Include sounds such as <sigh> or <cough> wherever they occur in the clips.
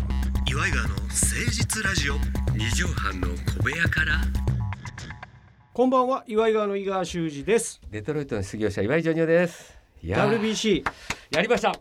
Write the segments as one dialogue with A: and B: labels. A: イガーの誠実ラジオ
B: 二畳半の小部屋から
C: こんばんは岩井川の井川修司です
B: デトロイトの失業者岩井ジョニオですいやー
C: WBC
B: やりました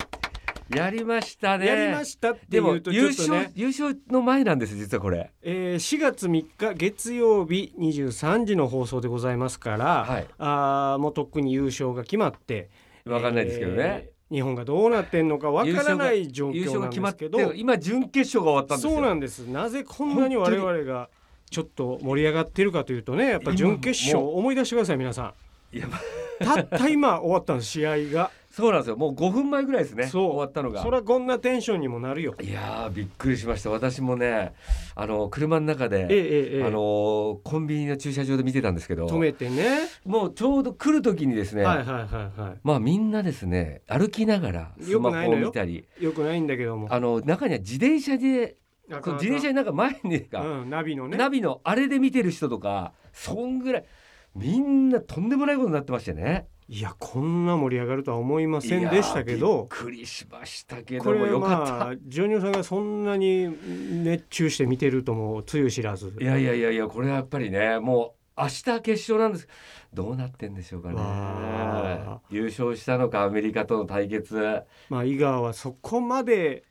B: やりましたね
C: やりましたって
B: で
C: い
B: も
C: うとち
B: 優
C: ょっと
B: 勝
C: ね、
B: 優勝の前なんです実はこれ
C: えー、4月3日月曜日23時の放送でございますから、
B: はい
C: あーもうとっくに優勝が決まって
B: わかんないですけどね、
C: えー日本がどうなってんのかわからない状
B: 優勝
C: 況
B: が
C: なん
B: 決
C: で
B: まっ
C: す
B: て
C: けど
B: 今準決勝が終わったんですよ
C: そうなんですなぜこんなに我々がちょっと盛り上がってるかというとねやっぱ準決勝
B: 今も
C: 思い出してください皆さ
B: いやまあ
C: んたった今終わったの試合
B: <laughs>
C: が
B: そうなんですよもう5分前ぐらいですね
C: そう
B: 終わったのが
C: そりゃこんなテンションにもなるよ
B: いやーびっくりしました私もねあの車の中
C: ええ
B: で、
C: ええええ
B: あのーコンビニの駐車場で見てたんですけど
C: 止めてね
B: もうちょうど来る時にですね、
C: はいはいはいは
B: まあみんなですね歩きながらス
C: よ
B: マ
C: くない
B: ホ
C: の
B: を
C: よ
B: 見たり
C: いよくないんだけども
B: あの中には自転車で
C: な
B: こ
C: か
B: の
C: なか
B: 自転車になんか前にか、
C: うんナビのね
B: ナビのあれで見てる人とかそんぐらいみんなとんでもないことになってましてね。
C: いやこんな盛り上がるとは思いませんでした
B: い
C: け
B: やーびっ
C: ど
B: くりしましたけど
C: こ
B: も
C: れ
B: よかった。
C: まあジョニオさんがそんなに熱中して見てるともつゆ知らず
B: いやいやいやいやこれはやっぱりねもう明日決勝なんですどうなってんでしょうかね
C: わ
B: 優勝したのかアメリカとの対決、は
C: まあ井川はそこまで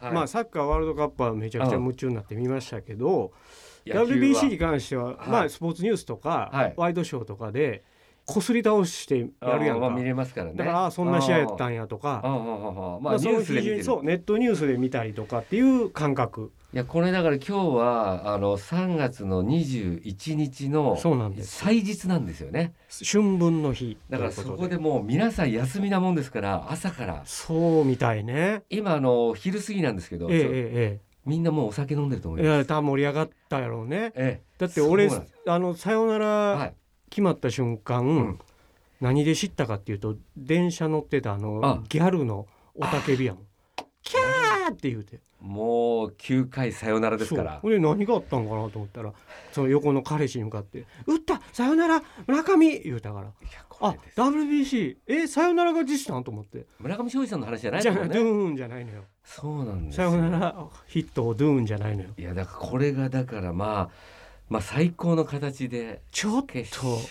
B: い
C: まあ、サッカーワールドカップはめちゃくちゃ夢中になって見ましたけど、
B: 野球は
C: WBC に関しては、
B: はい
C: まあ、スポーツニュースとか、
B: はい
C: ワイドショーとかでこすり倒してやるやん
B: あー
C: か、
B: まあ見れますからね
C: だからあーそんな試合やった
B: ん
C: んやと
B: あ
C: か、
B: ーあーあーあーま
C: ま
B: あ
C: あ、
B: ニ
C: そ
B: ュ
C: の
B: ースで見て
C: 非常
B: る
C: にそうネットニュースで見たりとかっていう感覚
B: いやこれだから今日はあの3月の21日の
C: そうなんです
B: 祭日なんですよね
C: 春分の日
B: だからそ
C: という
B: こ
C: と
B: でもう皆さん休みなもんですから朝から
C: そうみたいね
B: 今あの昼過ぎなんですけど、
C: ええ
B: ちょ
C: え
B: みんなもうお酒飲んでると思
C: え
B: い
C: ええい
B: ます、
C: や多分盛り上がったやろうね
B: え
C: だって俺
B: そうなんで
C: あのさよな
B: えは
C: ら
B: い、
C: 決まった瞬間、
B: ん
C: 何で知ったかっていうと電車乗ってたあの
B: あ
C: ギャルの雄たけびやもんキャーって言うて
B: もう9回さよならですから
C: そうほんで何があったんかなと思ったらその横の彼氏に向かって「打ったさよなら村上!」言うたか
B: い
C: ら
B: や
C: 「
B: こ
C: あ
B: れです
C: WBC えさよなら勝ちしたん?」と思って
B: 村上昌司さんの話じゃ
C: 「
B: ない
C: じ
B: で
C: ゃあ
B: す
C: ド
B: もん
C: ゥ
B: ね
C: ーン」じゃないのよ
B: そうなん
C: 「
B: です
C: さ
B: よ
C: よならヒットをドゥーン」じゃないのよ
B: いやだからこれがだからまあまあ最高の形で
C: ちょっと
B: 決勝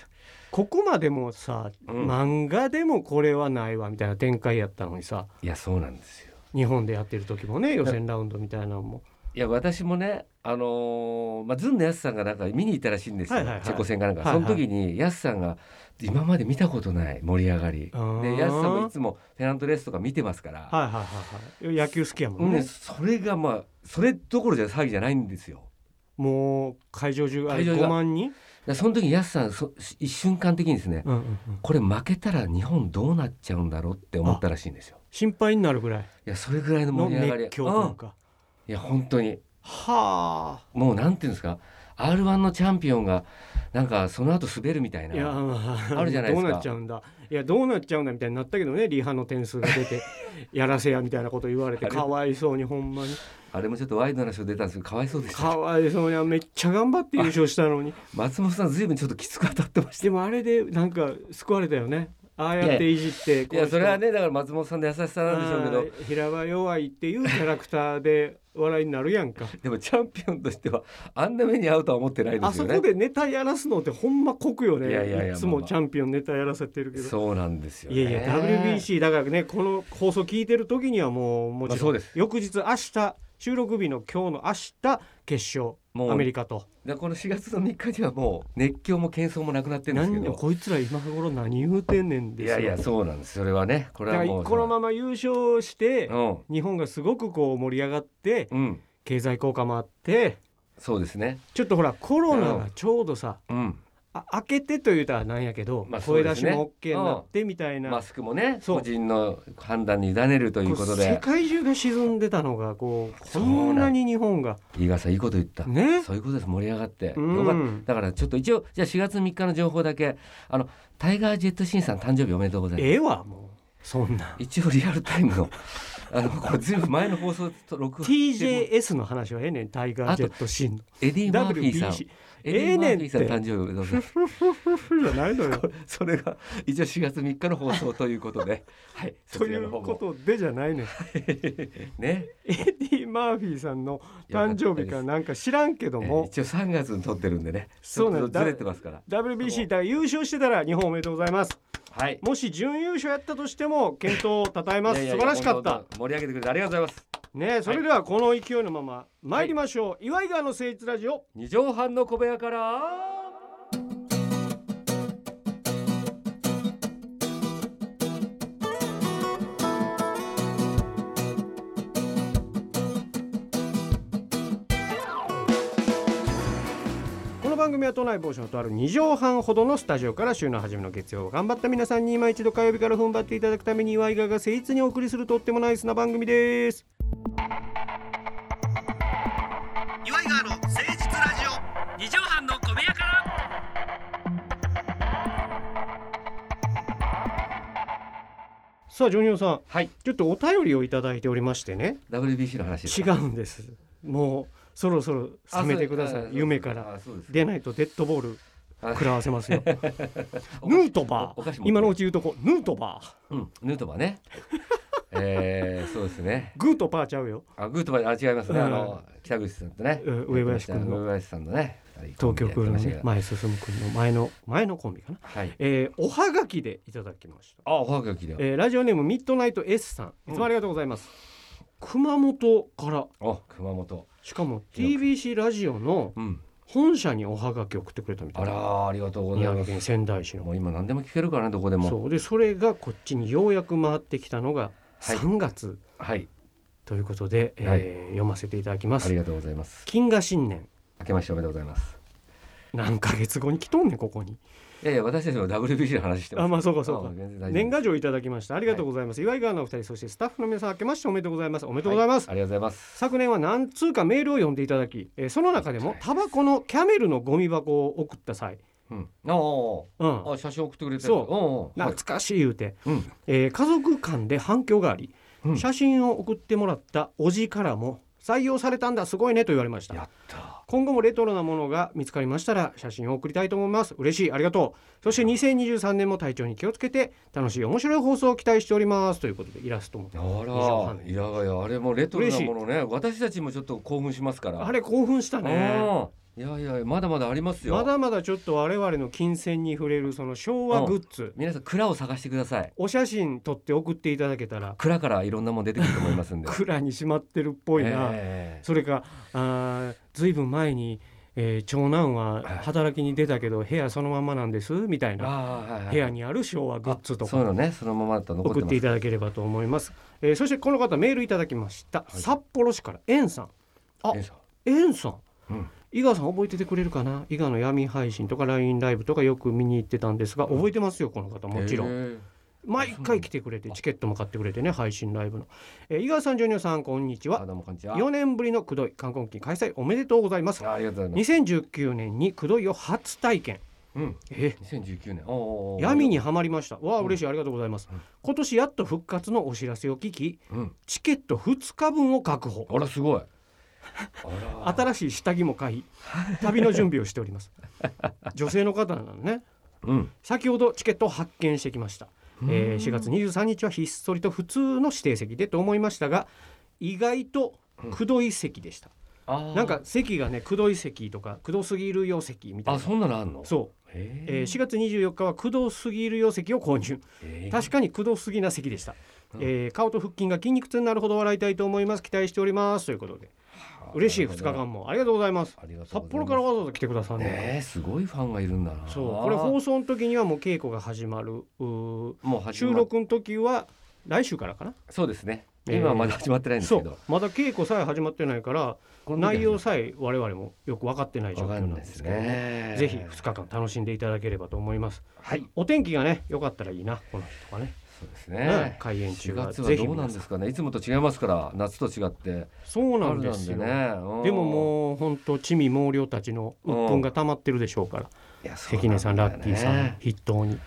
C: ここまでもさ、
B: うん
C: 漫画でもこれはないわみたいな展開やったのにさ
B: いやそうなんですよ
C: 日本でやってる時もね予選ラウンドみたいなのも
B: いや私もねあのーまあずんのやすさんがなんか見に行ったらしいんですよ、
C: はいはいはい
B: チェコ戦かなんか、
C: はいはい
B: その時にやすさんが今まで見たことない盛り上がり
C: あー
B: でやすさんもいつもペナントレースとか見てますから、
C: はいはいはいはい野球好きやもんね、
B: ね、それがまあそれどころじゃ騒ぎじゃないんですよ
C: もう会場中あれ
B: 会場が
C: 5万人、
B: だからその時にやすさんそ一瞬間的にですね
C: うんうんうん、
B: これ負けたら日本どうなっちゃうんだろうって思ったらしいんですよ。
C: 心配になるぐらい
B: いやそれぐらいの
C: の
B: 盛り上がり
C: 熱狂というか、
B: うんいや本当に
C: は
B: もうなんていうんですか r 1のチャンピオンがなんかその後滑るみたい
C: あいや
B: な
C: あ
B: あるじゃないですか
C: どうなっちゃうんだいやどうなっちゃうんだみたいになったけどねリハの点数が
B: <laughs>
C: 出てやらせやみたいなこと言われて
B: あれ
C: かわいそうにほんまに
B: あれもちょっとワイドなショー出たんですけどかわいそうでした
C: かわいそうにめっちゃ頑張って優勝したの
B: <laughs>
C: に
B: 松本さん随分ちょっときつく当たってました
C: でもあれでなんか救われたよねああやっていじって
B: いやそれはねだから松本さんの優しさなんでしょうけど
C: あー平場弱いっていうキャラクターで笑いになるやんか
B: でもチャンピオンとしてはあんな目に遭うとは思ってないで
C: あ
B: す
C: そ
B: よね
C: こでネタやらすのってほんま酷よね
B: い
C: い
B: やいやいや
C: つ
B: まあ
C: も
B: まあ
C: チャンピオンネタやらせてるけど、
B: そうなんですよね
C: いやいや WBC だからねこの放送聞いてる時にはもうもちろん、
B: まあそうです
C: 翌日明日収録日の今日の明日決勝
B: もう
C: アメリカと
B: でこの4月の3日にはもう熱狂も喧騒もなくなってるんですけ
C: 何
B: ど
C: こいつら今頃何言うてんねん
B: い
C: ですよ
B: やいやそうなんですそれはねこれ
C: だか
B: は
C: ら
B: もう
C: このまま優勝して、
B: うん
C: 日本がすごくこう盛り上がって
B: うん
C: 経済効果もあって
B: そうですね
C: ちょっとほらコロナがちょうどさ、
B: うん
C: あ開けてというたらなんやけど、
B: まあそう
C: 声
B: で
C: 出
B: す
C: し
B: ね
C: も OK になってみたいな、
B: マスクもね
C: そう
B: 個人の判断に委ねるということ
C: 世
B: で
C: 界中が沈んでたのがこうこ
B: そうなん
C: んなに日本が
B: 飯川さんいいこと言った、<laughs>
C: ね
B: そういうことです盛り上がって、
C: うん
B: よかっただからちょっと一応じゃあ4月3日の情報だけあのタイガー・ジェット・シンさん誕生日おめでとうございます
C: ええわもうそ
B: <laughs>
C: んな
B: 一応リアルタイムの <laughs> あのこれずいぶん前の放送と録音しても
C: TJS の話はええねんタイガー・ジェット・シンの
B: エディ・マーフィーさんエディ・マー
C: WBC
B: フィーさん
C: ええね
B: 誕生日おめでとうございます
C: じゃないのよ
B: それが一応4月3日の放 <laughs> 送ということで、はい、そ
C: と
B: ち
C: い
B: らの
C: う
B: 方
C: こ
B: も
C: とでじゃないねん
B: ね、
C: エディ・マーフィーさんの誕生日かなんか知らんけど
B: えー
C: も、
B: 一応3月に撮ってるんでね
C: そうなん
B: ちょ
C: で
B: っ
C: す
B: とずれてますから
C: WBC だから優勝してたら日本おめでとうございます
B: はい
C: もし準優勝やったとしても健闘をたたえます
B: いやいや
C: 素晴らしかった
B: 本当盛り上げてくれてありがとうございます
C: ねそれではこの勢いのまま参りましょう、岩井川の誠実ラジオ
B: 二畳半の小部屋から
C: この番組は都内某所のとある2畳半ほどのスタジオから週の初めの月曜頑張った皆さんに今一度火曜日から踏ん張っていただくために岩井川が誠実にお送りするとってもナイスな番組です
A: 岩井川の誠実ラジオ
B: 二畳半の小部屋から
C: さあジョニオさん
B: はい
C: ちょっとお便りをいただいておりましてね
B: WBC の話です
C: 違うんですもうそろそろ
B: あ
C: 冷めてくださ
B: そう
C: い
B: です
C: 夢から
B: あそうです
C: 出ないとデッドボール
B: あ
C: 食らわせま
B: <laughs>
C: すよヌートバ
B: お菓子
C: ー
B: 持って
C: 今のうち言うとこヌートバー
B: うんヌートバーね <laughs> えー、そうですね
C: グーとパーちゃうよ
B: あグートバーあ違いますね、
C: うん
B: あの北口さんとね、
C: うん上林君の
B: 上林さんのね二人コンビで
C: 東京
B: やって
C: クール
B: ま
C: の
B: したけ
C: ね
B: ど
C: 前進君の前の前のコンビかな
B: はい
C: えーおはがきでいただきました
B: あおはがきだよ
C: えーラジオネームミッドナイト S さんいつもありがとうございます、熊本から
B: お熊本
C: しかも TBC ラジオの
B: うん
C: 本社におはがき送ってくれたみた
B: あ
C: い
B: ら
C: な
B: ーありがとうござい
C: 宮
B: ま
C: 城
B: す
C: 県仙台市の
B: もう今何でも聞けるからねどこでも
C: そうでそれがこっちにようやく回ってきたのが
B: はい
C: 3月
B: はい
C: ということで、えー
B: はい
C: 読ませていただきま
B: あ
C: す
B: りがとうございます
C: 金河新年
B: 明けましておめでとうございます
C: 何ヶ月後に来とんねんここに
B: いやいや私たちも WBC の話してます
C: あまあそうかそうか
B: ん全然大丈夫
C: 年賀状いただきましたありがとうございます、岩井川のお二人そしてスタッフの皆さん明けましておめでとうございますおめでとうございます、
B: はありがとうございます
C: 昨年は何通かメールを読んでいただき、えーその中でもタバコのキャメルのゴミ箱を送った際、
B: うんあー
C: うん
B: あ写真送ってくれて
C: そう
B: おうおうは
C: 懐
B: い
C: かしい言うて、
B: うん
C: えー家族間で反響があり、
B: うん
C: 写真を送ってもらったおじからも採用されたんだすごいねと言われました
B: やった
C: 今後もレトロなものが見つかりましたら写真を送りたいと思います嬉しいありがとうそして2023年も体調に気をつけて楽しい面白い放送を期待しておりますということでイラストも
B: あ
C: 上
B: ら
C: 半
B: いやいやあれもレトロなものね私たちもちょっと興奮しますから
C: あれ興奮したね
B: うんいやいやまだまだありますよ
C: まだまだちょっと我々の金銭に触れるその昭和グッズ、
B: 皆さん蔵を探してください
C: お写真撮って送っていただけたら
B: 蔵からいろんなもの出てくると思いますん
C: <laughs>
B: で
C: 蔵にしまってるっぽいな、
B: え
C: それかあーずいぶん前に、えー長男は働きに出たけど部屋そのままなんですみたい
B: え
C: な
B: ああはいはい
C: 部屋にある昭和グッズと
B: そういう
C: か
B: のねそのままだと残って
C: 送っ
B: ま
C: て
B: す
C: いただければと思います、えーそしてこの方メールいただきました、
B: い
C: 札幌市からエンさんあ
B: ええさ
C: エンさん
B: うん
C: 伊賀さん覚えててくれるかな伊賀の闇配信とか LINE ライブとかよく見に行ってたんですが覚えてますよこの方もちろん、
B: ええ
C: 毎回来てくれてチケットも買ってくれてね配信ライブの、えー、井川さんジョニオさんこんにち
B: あ
C: は
B: どうもこんにちは
C: 4年ぶりのくどい観光期開催おめでとうございます
B: あありがとうございます
C: 2019年にくどいを初体験
B: うん
C: え
B: 2019年おうおうおう
C: 闇にはまりましたわあ
B: うん
C: 嬉しいありがとうございます
B: うん
C: 今年やっと復活のお知らせを聞き
B: うん
C: チケット2日分を確保
B: あらすごいあら
C: 新しい下着も買い旅の準備をしております女性の方なのね
B: うん
C: 先ほどチケットを発見してきました、えー4月23日はひっそりと普通の指定席でと思いましたが意外とくどい席でした、
B: ああ
C: なんか席がねくどい席とかくどすぎるよ席みたい
B: あ
C: な
B: そんなのあんの
C: そう、
B: え
C: えー4月24日はくどすぎるよ席を購入
B: え
C: 確かにくどすぎな席でした、
B: うん
C: えー顔と腹筋が筋肉痛になるほど笑いたいと思います期待しておりますということで嬉しい2日間もありがとうございます
B: ありがとう
C: 札
B: ございます
C: 幌からわざわざ来てくださるの
B: ねえすごいファンがいるんだな
C: そうこれ放送の時にはもう稽古が始まるうー
B: もう始ま
C: 収録の時は来週からかな、
B: そうですね
C: えー
B: 今はまだ始まってないんです
C: そ
B: けど
C: うまだ稽古さえ始まってないから
B: この時は
C: 内容さえ我々もよく分かってない状
B: わか
C: 況なんん
B: ないで
C: で
B: す
C: すけどね
B: ね
C: ぜひ2日間楽しんでいただければと思います
B: はい
C: お天気がね良かったらいいなこの日とかね
B: そうです
C: ね
B: ね
C: 開園中
B: 4
C: は
B: 月は
C: ぜひ
B: どうなんですかねいつもと違いますから夏と違って
C: そうな
B: 春
C: ん
B: な
C: で
B: ん
C: す
B: で
C: よ
B: ね
C: で
B: うん
C: ももう本当地味猛量たちの鬱憤が溜まってるでしょうから
B: いやそう
C: 関根さん
B: な
C: ラ
B: だよ
C: ッ
B: ね
C: キーさん筆頭に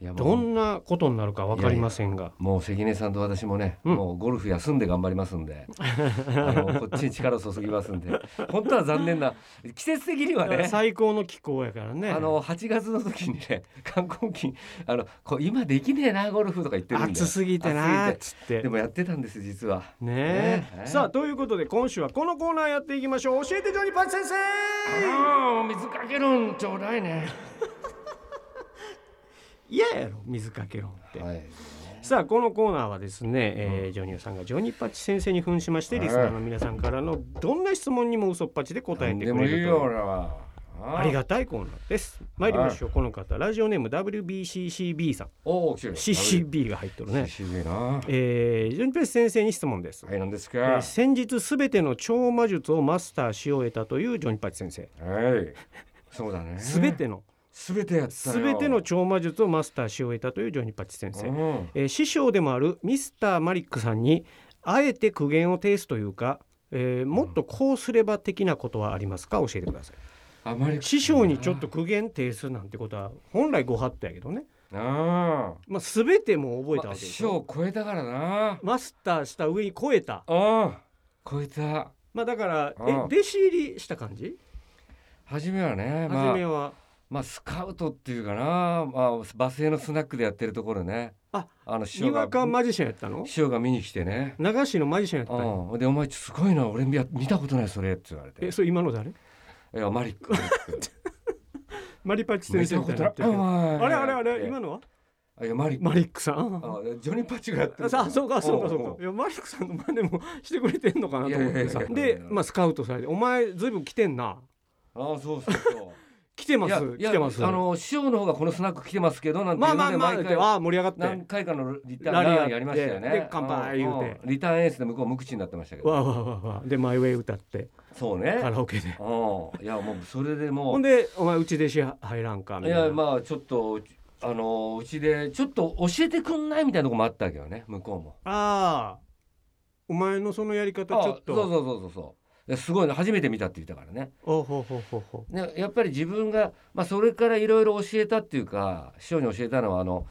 B: いやもう
C: どんなことになるか分かりませんが
B: もう関根さんと私もね、
C: うん
B: もうゴルフ休んで頑張りますんであ
C: <laughs>
B: のこっちに力を注ぎますんで本当は残念な季節的にはね
C: 最高の気候やからね
B: あの8月の時にね観光金あのこう今できねえなゴルフとか言ってるんで
C: 暑すぎてなーっ
B: 暑
C: つって
B: でもやってたんです実は
C: ねえ
B: ねえ
C: さあということで今週はこのコーナーやっていきましょう教えてジョニパン先生
B: ああ水かけ論ちょうだいね
C: 嫌やろ水かけ論って、
B: はい
C: さあこのコーナーはですね、えージョニオさんがジョニパッチ先生に扮しまして
B: はい
C: リスナーの皆さんからのどんな質問にも嘘っぱちで答え
B: 何
C: て
B: で
C: く
B: も
C: れ
B: いい
C: る
B: よ
C: と
B: 俺は
C: ありがたいコーナーです参りましょうこの方ラジオネーム WBCCB さん
B: おお来てる
C: CCB が入ってるね
B: CCB な
C: えー、ジョニパッチ先生に質問です、
B: はい何です
C: えー
B: か
C: 先日すべての超魔術をマスターし終えたというジョニパッチ先生
B: はいそうだね
C: すべての
B: すべてやったよ
C: すべての超魔術をマスターし終えたというジョニパッチ先生、
B: うん
C: えー師匠でもあるミスター・マリックさんにあえて苦言を呈すというか、えーもっとこうすれば的なことはありますか教えてください
B: あまり
C: 師匠にちょっと苦言呈するなんてことは本来ご法度やけどね、
B: ああ
C: まあ、全てもう覚えたわけで
B: 師
C: し
B: 匠
C: ょ、
B: を超えたからな
C: マスターした上に超えた
B: ああ超えた
C: まあだから
B: う
C: え
B: ん
C: 弟子入りした感じ
B: 初めはねま
C: 初
B: あ
C: めは、
B: まあスカウトっていうかなまあバスへのスナックでやってるところね
C: あ
B: あの師
C: に
B: 匠
C: わ
B: が
C: かマジシャンやったの
B: 師匠が見に来てね
C: 流しのマジシャンやったの
B: うん、で「お前すごいな俺見見たことないそれ」って言われて
C: えそれ今の誰
B: 「いやマリ
C: <laughs>
B: ック」
C: マリパッチ先
B: 見
C: 生
B: た
C: み
B: こ
C: たい
B: とない
C: になってるけど
B: あ
C: あれあれあれ今のは
B: あいやマリック
C: マリックさん
B: あジョニー・パッチがやってる
C: さあそうかそうかそ
B: ん
C: うかいやマリックさんの真似もしてくれてんのかなと思ってさ
B: いやいやいやいや
C: でまあスカウトされて「お前ずいぶん来てんな
B: うんあそうそうそう
C: 来てま
B: いや
C: す
B: いや
C: 来てます」
B: あの師匠の方がこのスナック来てますけどなんて
C: ま
B: 言
C: あ
B: う
C: ま
B: ので
C: あ
B: 毎
C: まあ」って
B: 回
C: ああ盛り上がって
B: 何回かのリターン
C: ラ
B: ラリ
C: リーやって
B: ーやりましたよね
C: で乾杯言うて
B: んんリターンエースで向こう無口になってましたけど
C: わあわあわあわあで「マイ・ウェイ」歌って
B: そうね
C: カラオケで
B: うんいやもうそれでも
C: ほん
B: う
C: で「お前うち弟子入らんか」み
B: い
C: た
B: や
C: いな
B: まあちょっとあのうちでちょっと教えてくんないみたいなとこもあったわけどね向こうも。
C: ああお前のそのやり方ち
B: あ
C: ょっ
B: そう
C: と
B: そうそうそうそういやすごいな初めて見たって言ったからね
C: おほほほほ
B: ねやっぱり自分が、まあ、それからいろいろ教えたっていうか師匠に教えたのはあの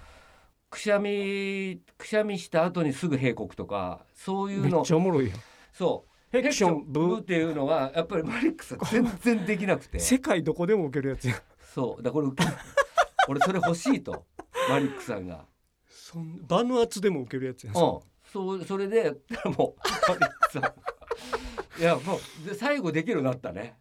B: くしゃみくしゃみした後にすぐ閉国とかそういう
C: め
B: の
C: っちゃおもろいやん
B: そう
C: ヘクションブ
B: ブー
C: ー
B: っていうのはやっぱりマリックさん全然できな
C: <laughs>
B: くて
C: 世界どこでも受けるやつやん
B: そうだからこれ俺それ欲しいとマリックさんが。
C: <laughs> そんバヌアツでも受けるやつやん
B: うん、そうそれでやったらもうマリックさんいやもうで最後できるようになったね。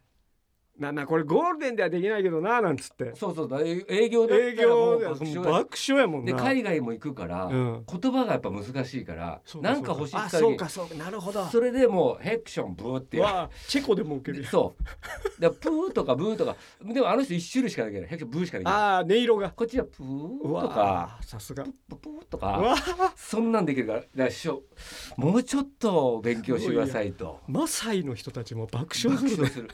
C: ななこれゴールデンではできないけどななんつって
B: そうそうだえ営業だった
C: 営
B: らもう
C: 業で
B: 爆笑だし
C: 爆笑やもん
B: で
C: な。
B: 海外も行くから、
C: うん
B: 言葉がやっぱ難しいから
C: そう
B: なんか欲しい
C: あ
B: 二
C: そう
B: 人
C: かそうかなるほど。
B: それでもうヘクションブーって
C: わあチェコでも受けるやん。
B: そうだからプーとかブーとかでもあの人一種類しかできないヘクションブーしかできない
C: ああ音色が。
B: こっちはプーと
C: わ
B: か
C: あさすが。
B: プーと
C: わ
B: か
C: あ
B: そんなんできるからだから師匠もうちょっと勉強してくださいと
C: マサイの人たちも爆
B: 爆
C: 笑す
B: 笑
C: るの。
B: する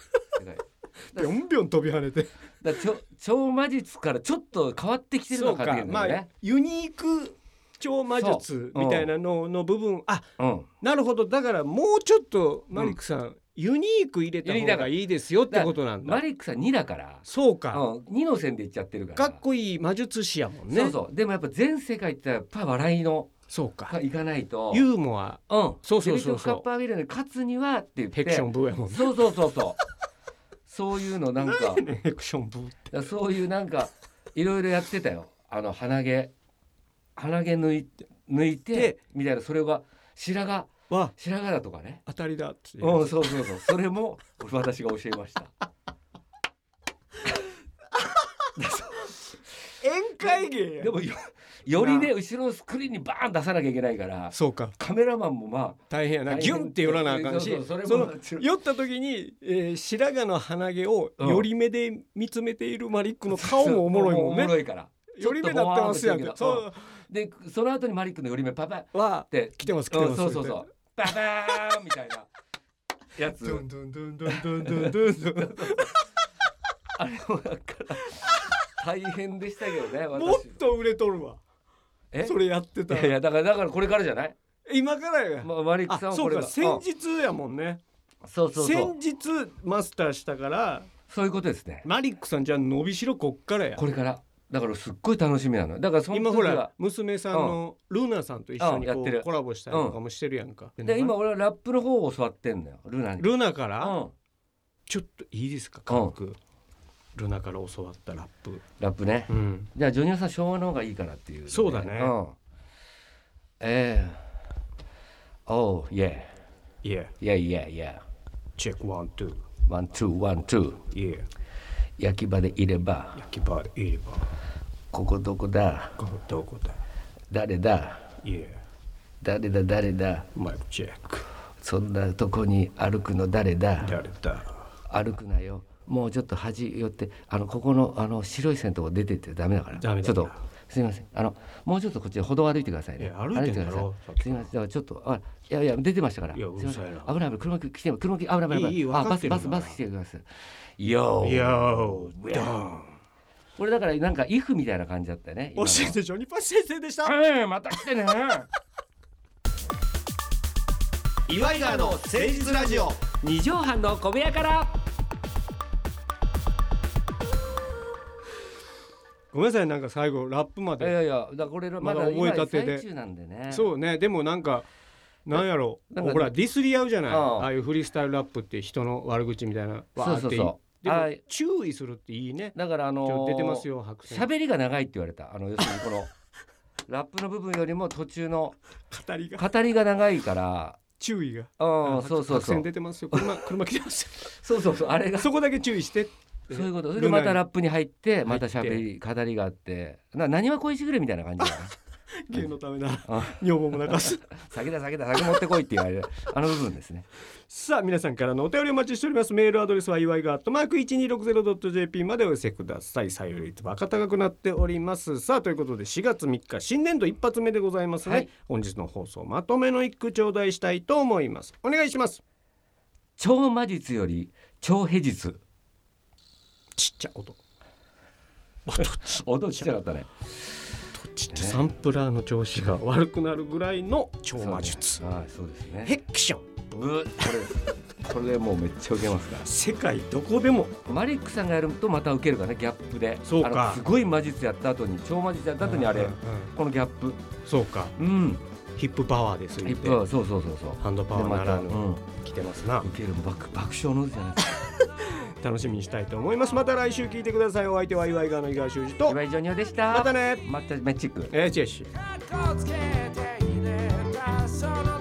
B: <laughs> だから
C: ビョンビョン飛び跳ねて。
B: だからちょ超魔術からちょっと変わってきてるのかっていうの
C: ま
B: ね
C: あユニーク超魔術みたいなのの部分あ
B: うん
C: なるほどだからもうちょっとマリックさんユニーク入れた方がいいですよってことなん
B: マ
C: だ。
B: リックさん2だから
C: そうか。
B: うん、2の線でいっちゃってるから
C: かっこいい魔術師やもんね。
B: そうそうでもやっぱ全世界ってやっぱ笑いの
C: そうか。
B: かいかないと
C: ユーモア
B: うん
C: そうそうそうそう
B: テレビ局カップ上げるのに勝つにはって言って
C: ヘクションブーやもんね。
B: そうそうそうそうそういうのなんか
C: ヘクションブーって。
B: そういうなんかいろいろやってたよあの鼻毛鼻毛抜いて抜いて
C: で
B: みたいなそれが白髪
C: わ
B: 白髪だとかね
C: 当たりだっていう
B: うん、そうそうそう、それも私が教えました。
C: 宴会芸や
B: でもよ、よりね、後ろのスクリーンにバーン出さなきゃいけないから、
C: そうか
B: カメラマンもま
C: 大変やな
B: あ。
C: ギュンって寄らなあかんし
B: そうそうそ
C: そ
B: れ
C: の
B: も。ちょ
C: 酔った時に、えー白髪の鼻毛を
B: うん
C: 寄り目で見つめているマリックの顔もおもろいもん
B: お
C: ね
B: もろいから。
C: 寄り目だってますやん
B: ちょ
C: か
B: っとボワーンとしてるけど
C: そ
B: で、その後にマリックのより目パパっ
C: うは
B: て。
C: 来てます来て
B: う
C: ま
B: ん
C: す
B: そうそうそう。パパーンみたいな。やつ。
C: ドンドンドンドンドンドンドンドン
B: あれもだから。大変でしたけどね、
C: もっ
B: 私。
C: と売れとるわ
B: え。
C: それやって
B: い
C: たら
B: やいや、だから、だから、これからじゃない。
C: 今からや、
B: まマリックさん
C: あ
B: は
C: そ
B: こ
C: う
B: れ
C: か
B: が。
C: 先
B: うん
C: 日やもんね
B: そうそうそう。
C: 先日マスターしたから
B: そういうことですね。
C: マリックさんじゃあ伸びしろこっからや
B: これからだからすっごい楽しみなのよだからその時
C: 今
B: は
C: ほら娘さんのルナさんと一緒に
B: うんや
C: こ
B: って
C: う
B: る
C: コラボしたりとかもしてるやんか。
B: で今俺はラップの方を教わってんのよルナに。
C: ルナから、
B: うん
C: ちょっといいですか軽く、ルナから教わったラップ。
B: ラップね。
C: うん、
B: じゃあジョニオさん昭和の方がいいからっていう、
C: そうだね
B: ん、ええ Oh yeah
C: yeah
B: yeah yeah yeah
C: check one two
B: one two one two
C: yeah
B: 焼き場でいれば
C: 焼き場いれば
B: ここどこだ
C: このどこだ
B: 誰だ
C: yeah
B: 誰だ誰だ
C: マイクチェック
B: そんなとこに歩くの誰だ
C: 誰だ
B: 歩くなよもうちょっと端寄ってあのここのあの白い線のとこ出てってダメだから
C: ダメ
B: ち
C: だ
B: ょっとすいませんあのもうちょっとこっち歩道歩いてください
C: い
B: ね
C: や歩いてんだろ
B: 歩いてくださいすいませんだからちょっとあいやいや出てましたから
C: いやうるさいな
B: すません危ない危ない車来て車来て危ない危ない危ない
C: いいいい
B: あ
C: 分か
B: バ
C: って
B: ス
C: るん
B: バ
C: だ
B: スバス来てくださいよー
C: Yo, down
B: これだからなんかイフみたいな感じだったよね今
C: 教
B: の
C: えてジョニパチ先生でした
B: うんまた来てね
A: 岩井川の誠実ラジオ
B: 二畳半の小部屋から
C: ごめんなさいなんか最後ラップま
B: い
C: で、
B: やいやだからこれま
C: まだ
B: だ
C: 覚え
B: 今
C: たてで
B: 最中なんでね
C: そうねでもなんかなんやろ
B: なんか
C: ほらディスり合うじゃない
B: ああ
C: ああいうフリースタイルラップって人の悪口みたいなわ
B: そう
C: ーって
B: そうそ
C: で
B: う
C: も
B: あー
C: 注意するっていいね
B: だからあの
C: ちょ
B: ー
C: 出てますよ白線
B: 喋りが長いって言われたあの要するにこのラップの部分よりも途中の
C: 語りが
B: 語りが長いから
C: 注意が
B: うん
C: 白
B: そうそう
C: 白
B: そ
C: 線
B: う
C: 出てますよ車車来てますよ
B: そうそうそうあ <laughs> れがそ
C: そこだけ注意して
B: ういうことそれ
C: ル
B: で
C: ナ
B: ま
C: に
B: たラップに入って
C: って
B: また喋り語りがあってな何は恋しぐれみたいな <laughs> 感じだね
C: 芸のためなら
B: あ
C: 女房も泣かす
B: 酒だ酒だ酒持ってこいって言われるあの部分ですね
C: さあ皆さんからのお便りお待ちしておりますメールアドレスは祝いがアットマーク 1260.jp までお寄せください採用率は高くなっておりますさあということで4月3日新年度一発目でございますね、
B: はい
C: 本日の放送まとめの一句頂戴したいと思いますお願いします
B: 超魔術より超平術
C: ちっちゃ音
B: 音ちっちゃかったね
C: ちっちゃサンプラーの調子が悪くなるぐらいの超魔術、
B: そうねはいそうですね
C: ヘックション
B: ぶこれですこれもうめっちゃ受けますから
C: 世界どこでも
B: マリックさんがやるとまた受けるからねギャップで
C: そうか
B: あのすごい魔術やった後に超魔術やった後にあれ、
C: うんうん
B: このギャップ
C: そうか
B: うん
C: ヒップパワーです言
B: 一
C: って
B: 分そうそうそうそう
C: ハンドパワーならぬ、
B: でま
C: 来てますな
B: たうん、受ける爆爆笑の渦じゃないですか
C: 楽しみにしたいと思いますまた来週聞いてくださいお相手は岩井川の井川修司と
B: 岩井ジョニオでした
C: またね
B: またメチック
C: えー、チェッシュ
D: That goats can't take it. That's all